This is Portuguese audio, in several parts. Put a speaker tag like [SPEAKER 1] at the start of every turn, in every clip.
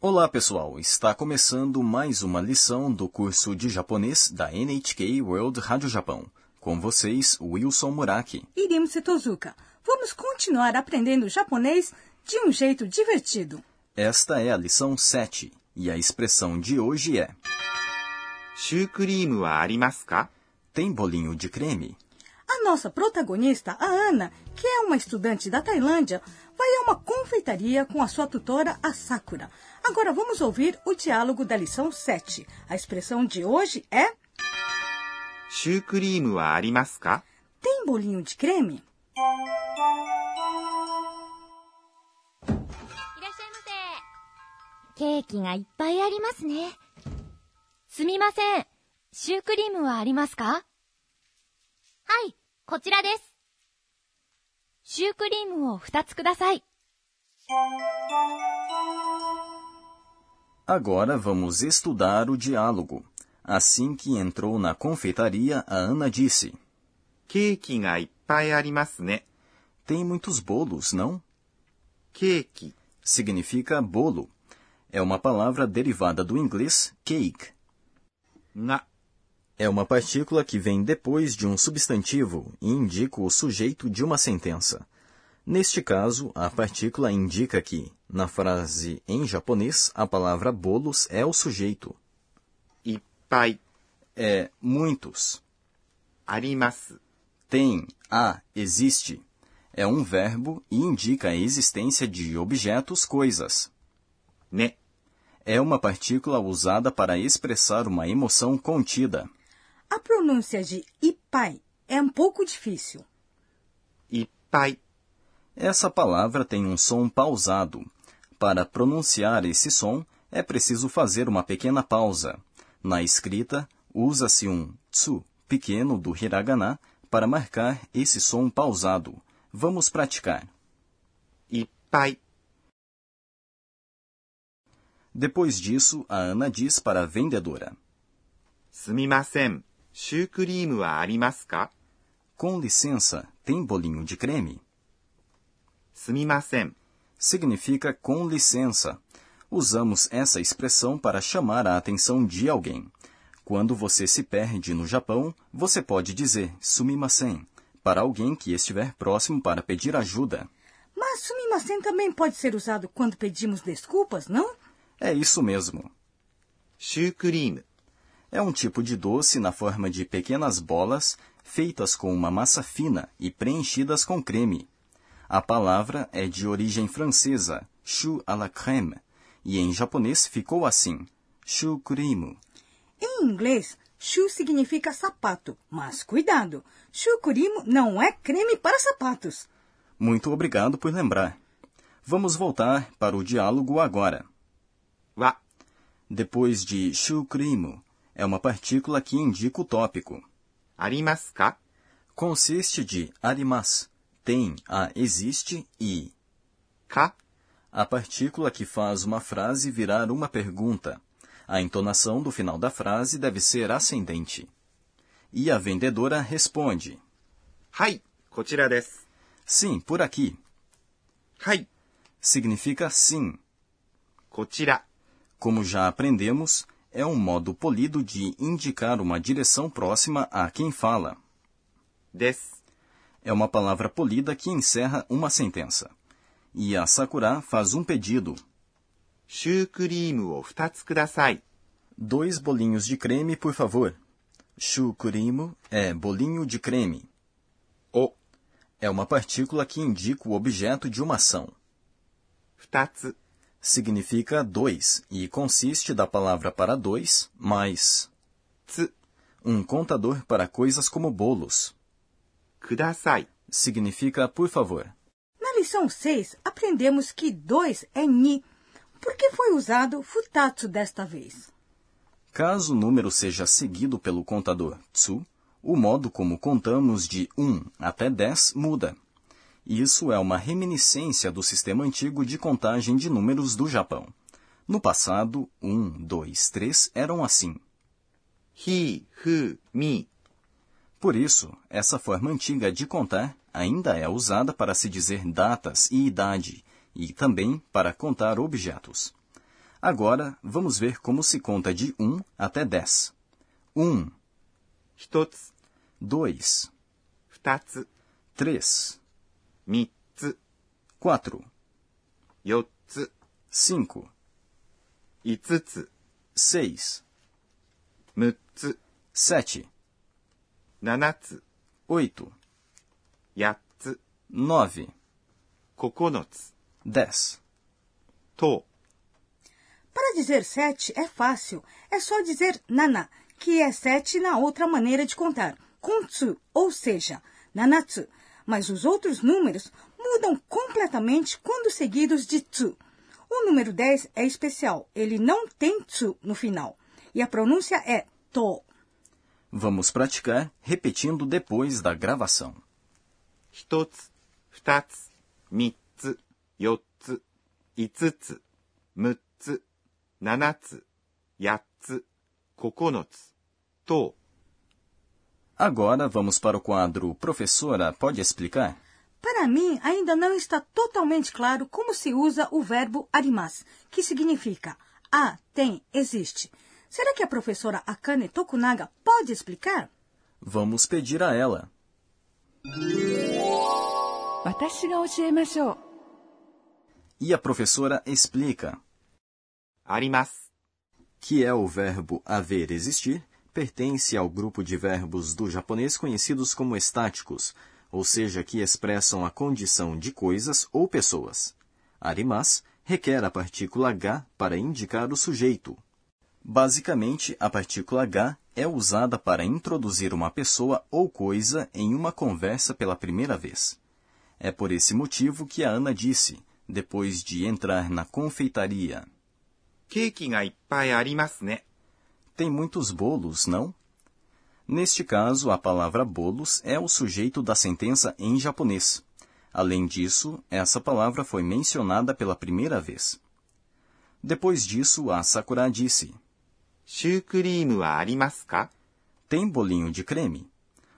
[SPEAKER 1] Olá, pessoal! Está começando mais uma lição do curso de japonês da NHK World Rádio Japão. Com vocês, Wilson Muraki.
[SPEAKER 2] Irimo Tozuka. Vamos continuar aprendendo japonês de um jeito divertido.
[SPEAKER 1] Esta é a lição 7 e a expressão de hoje é:
[SPEAKER 3] シュークリームはありますか
[SPEAKER 1] Tem bolinho de creme?
[SPEAKER 2] A nossa protagonista, a Ana, que é uma estudante da Tailândia, vai a uma confeitaria com a sua tutora, a Sakura. Agora vamos ouvir o diálogo da lição 7. A expressão de hoje é:
[SPEAKER 3] シュークリームはありますか
[SPEAKER 2] Tem bolinho de creme?
[SPEAKER 4] いらっしゃいませ。ケーキがいっぱいありますね。すみません。シュークリームはありますかはい、こちらです。シュークリームを2つください。
[SPEAKER 1] Agora vamos estudar o diálogo. Assim que entrou na confeitaria, a Ana disse:
[SPEAKER 3] ケーキがいっぱいありますね。
[SPEAKER 1] Tem muitos bolos, não?
[SPEAKER 3] ケーキ
[SPEAKER 1] Significa bolo. É uma palavra derivada do inglês cake.
[SPEAKER 3] が
[SPEAKER 1] É uma partícula que vem depois de um substantivo e indica o sujeito de uma sentença. Neste caso, a partícula indica que, na frase em japonês, a palavra bolos é o sujeito.
[SPEAKER 3] いっぱい
[SPEAKER 1] É muitos.
[SPEAKER 3] あります。
[SPEAKER 1] Tem, há, existe. É um verbo e indica a existência de objetos, coisas.
[SPEAKER 3] ね。
[SPEAKER 1] É uma partícula usada para expressar uma emoção contida.
[SPEAKER 2] A pronúncia de ipai é um pouco difícil.
[SPEAKER 3] いっぱい。
[SPEAKER 1] Essa palavra tem um som pausado. Para pronunciar esse som, é preciso fazer uma pequena pausa. Na escrita, usa-se um tsu pequeno do hiragana para marcar esse som pausado. Vamos praticar.
[SPEAKER 3] いっぱい。
[SPEAKER 1] Depois disso, a Ana diz para a vendedora:
[SPEAKER 3] すみません。シュークリームはありますか
[SPEAKER 1] Com licença, tem bolinho de creme?
[SPEAKER 3] すみません。
[SPEAKER 1] significa com licença. Usamos essa expressão para chamar a atenção de alguém. Quando você se perde no Japão, você pode dizer sumimasen para alguém que estiver próximo para pedir ajuda.
[SPEAKER 2] Mas sumimasen também pode ser usado quando pedimos desculpas, não?
[SPEAKER 1] É isso mesmo.
[SPEAKER 3] シュークリーム。
[SPEAKER 1] É um tipo de doce na forma de pequenas bolas feitas com uma massa fina e preenchidas com creme. A palavra é de origem francesa, chou à la crème, e em japonês ficou assim, chou creme.
[SPEAKER 2] Em inglês, shoe significa sapato, mas cuidado, chucurimo não é creme para sapatos.
[SPEAKER 1] Muito obrigado por lembrar. Vamos voltar para o diálogo agora.
[SPEAKER 3] は、
[SPEAKER 1] Depois de shukrimo, é uma partícula que indica o tópico.
[SPEAKER 3] ありますか
[SPEAKER 1] Consiste de arimas, tem, a, existe e
[SPEAKER 3] か
[SPEAKER 1] a partícula que faz uma frase virar uma pergunta. A entonação do final da frase deve ser ascendente. E a vendedora responde:
[SPEAKER 3] はい、こちらです。
[SPEAKER 1] Sim, por aqui.
[SPEAKER 3] はい、
[SPEAKER 1] Significa sim.
[SPEAKER 3] こちら。
[SPEAKER 1] Como já aprendemos, é um modo polido de indicar uma direção próxima a quem fala.
[SPEAKER 3] です。
[SPEAKER 1] É uma palavra polida que encerra uma sentença. E a Sakura faz um pedido:
[SPEAKER 3] シュークリームを2つください。
[SPEAKER 1] dois bolinhos de creme, por favor. Shukurimo é bolinho de creme.
[SPEAKER 3] を、
[SPEAKER 1] É uma partícula que indica o objeto de uma ação.
[SPEAKER 3] 2つ。
[SPEAKER 1] Significa dois e consiste da palavra para dois mais
[SPEAKER 3] つ、
[SPEAKER 1] um contador para coisas como bolos.
[SPEAKER 3] ください。
[SPEAKER 1] Significa por favor.
[SPEAKER 2] Na lição 6, aprendemos que 2 é ni. Por que foi usado futatsu desta vez?
[SPEAKER 1] Caso o número seja seguido pelo contador tsu, o modo como contamos de 1 até 10 muda. Isso é uma reminiscência do sistema antigo de contagem de números do Japão. No passado, 1, 2, 3 eram assim.
[SPEAKER 3] he, who, me.
[SPEAKER 1] Por isso, essa forma antiga de contar ainda é usada para se dizer datas e idade, e também para contar objetos. Agora, vamos ver como se conta de 1 até 10. 1,
[SPEAKER 3] 一つ、
[SPEAKER 1] 2,
[SPEAKER 3] 二つ、
[SPEAKER 1] 3,
[SPEAKER 3] 三つ、
[SPEAKER 1] 4,
[SPEAKER 3] 四つ、
[SPEAKER 1] 5,
[SPEAKER 3] 五つ、
[SPEAKER 1] 6,
[SPEAKER 3] 六
[SPEAKER 1] 7,
[SPEAKER 3] つ、七つ、
[SPEAKER 1] 8,
[SPEAKER 3] 八つ、
[SPEAKER 1] 9,
[SPEAKER 3] 九つ、
[SPEAKER 1] 10.
[SPEAKER 3] と、
[SPEAKER 2] Para dizer sete é fácil, é só dizer nana, que é sete na outra maneira de contar, com tsu, ou seja, nanatsu. Mas os outros números mudam completamente quando seguidos de tsu. O número 10 é especial, ele não tem tsu no final. E a pronúncia é to.
[SPEAKER 1] Vamos praticar repetindo depois da gravação.
[SPEAKER 3] 一つ、二つ、三つ、四つ、五つ、六つ、七つ、八つ、九つ、と、
[SPEAKER 1] Agora vamos para o quadro Professora Pode Explicar?
[SPEAKER 2] Para mim, ainda não está totalmente claro como se usa o verbo arimas, que significa há, tem, existe. Será que a professora Akane Tokunaga pode explicar?
[SPEAKER 1] Vamos pedir a ela.
[SPEAKER 5] 私が教えましょう。
[SPEAKER 1] E a professora explica
[SPEAKER 3] あります。
[SPEAKER 1] que é o verbo haver existir, pertence ao grupo de verbos do japonês conhecidos como estáticos, ou seja, que expressam a condição de coisas ou pessoas. Arimas requer a partícula h para indicar o sujeito. Basicamente, a partícula h é usada para introduzir uma pessoa ou coisa em uma conversa pela primeira vez. É por esse motivo que a Ana disse, depois de entrar na confeitaria.
[SPEAKER 3] ケーキがいっぱいありますね。
[SPEAKER 1] tem muitos bolos, não? Neste caso, a palavra bolos é o sujeito da sentença em japonês. Além disso, essa palavra foi mencionada pela primeira vez. Depois disso, a Sakura disse:
[SPEAKER 3] シュークリームはありますか
[SPEAKER 1] Tem bolinho de creme?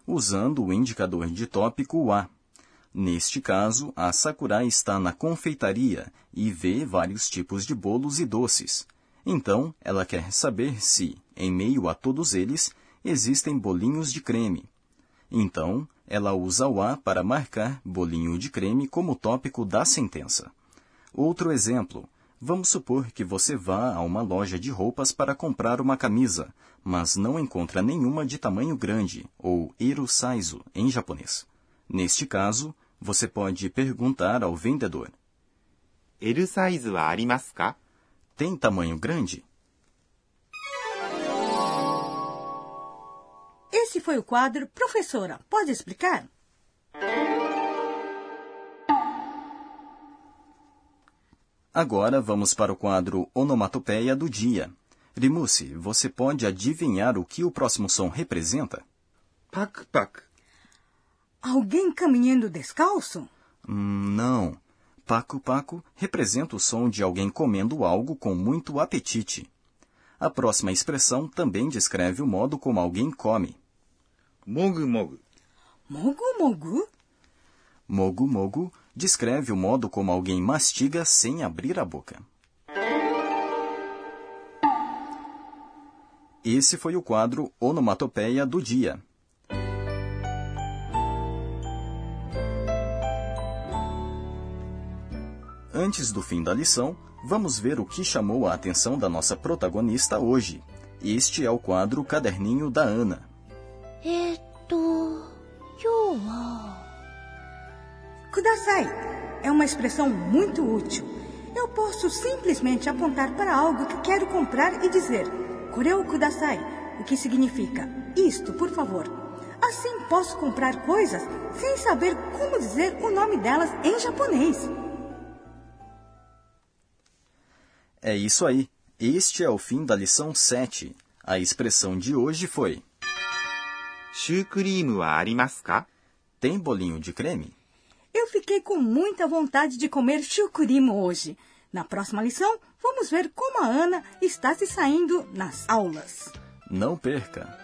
[SPEAKER 1] Usando o indicador de tópico A. Neste caso, a Sakura está na confeitaria e vê vários tipos de bolos e doces. Então, ela quer saber se, em meio a todos eles, existem bolinhos de creme. Então, ela usa o A para marcar bolinho de creme como tópico da sentença. Outro exemplo. Vamos supor que você vá a uma loja de roupas para comprar uma camisa, mas não encontra nenhuma de tamanho grande, ou eru saizu em japonês. Neste caso, você pode perguntar ao vendedor:
[SPEAKER 3] ?L サイズはありますか
[SPEAKER 1] Tem tamanho grande?
[SPEAKER 2] Esse foi o quadro Professora, pode explicar?
[SPEAKER 1] Agora vamos para o quadro Onomatopeia do Dia. Rimusi, você pode adivinhar o que o próximo som representa?
[SPEAKER 3] パクパク。
[SPEAKER 2] Alguém caminhando descalço?
[SPEAKER 1] Hum, Não. Paco-paco representa o som de alguém comendo algo com muito apetite. A próxima expressão também descreve o modo como alguém come.
[SPEAKER 3] もぐもぐ。
[SPEAKER 2] Mogu mogu?
[SPEAKER 1] Mogu-mogu descreve o modo como alguém mastiga sem abrir a boca. Esse foi o quadro Onomatopeia do Dia. Antes do fim da lição, vamos ver o que chamou a atenção da nossa protagonista hoje. Este é o quadro Caderninho da Ana.
[SPEAKER 4] えーっと、今日は、
[SPEAKER 2] Kudasai é uma expressão muito útil. Eu posso simplesmente apontar para algo que quero comprar e dizer Koreo kudasai, o que significa isto, por favor. Assim posso comprar coisas sem saber como dizer o nome delas em japonês.
[SPEAKER 1] É isso aí. Este é o fim da lição 7. A expressão de hoje foi:
[SPEAKER 3] シュークリームはありますか
[SPEAKER 1] Tem bolinho de creme?
[SPEAKER 2] Eu fiquei com muita vontade de comer chucurimo hoje. Na próxima lição, vamos ver como a Ana está se saindo nas aulas.
[SPEAKER 1] Não perca!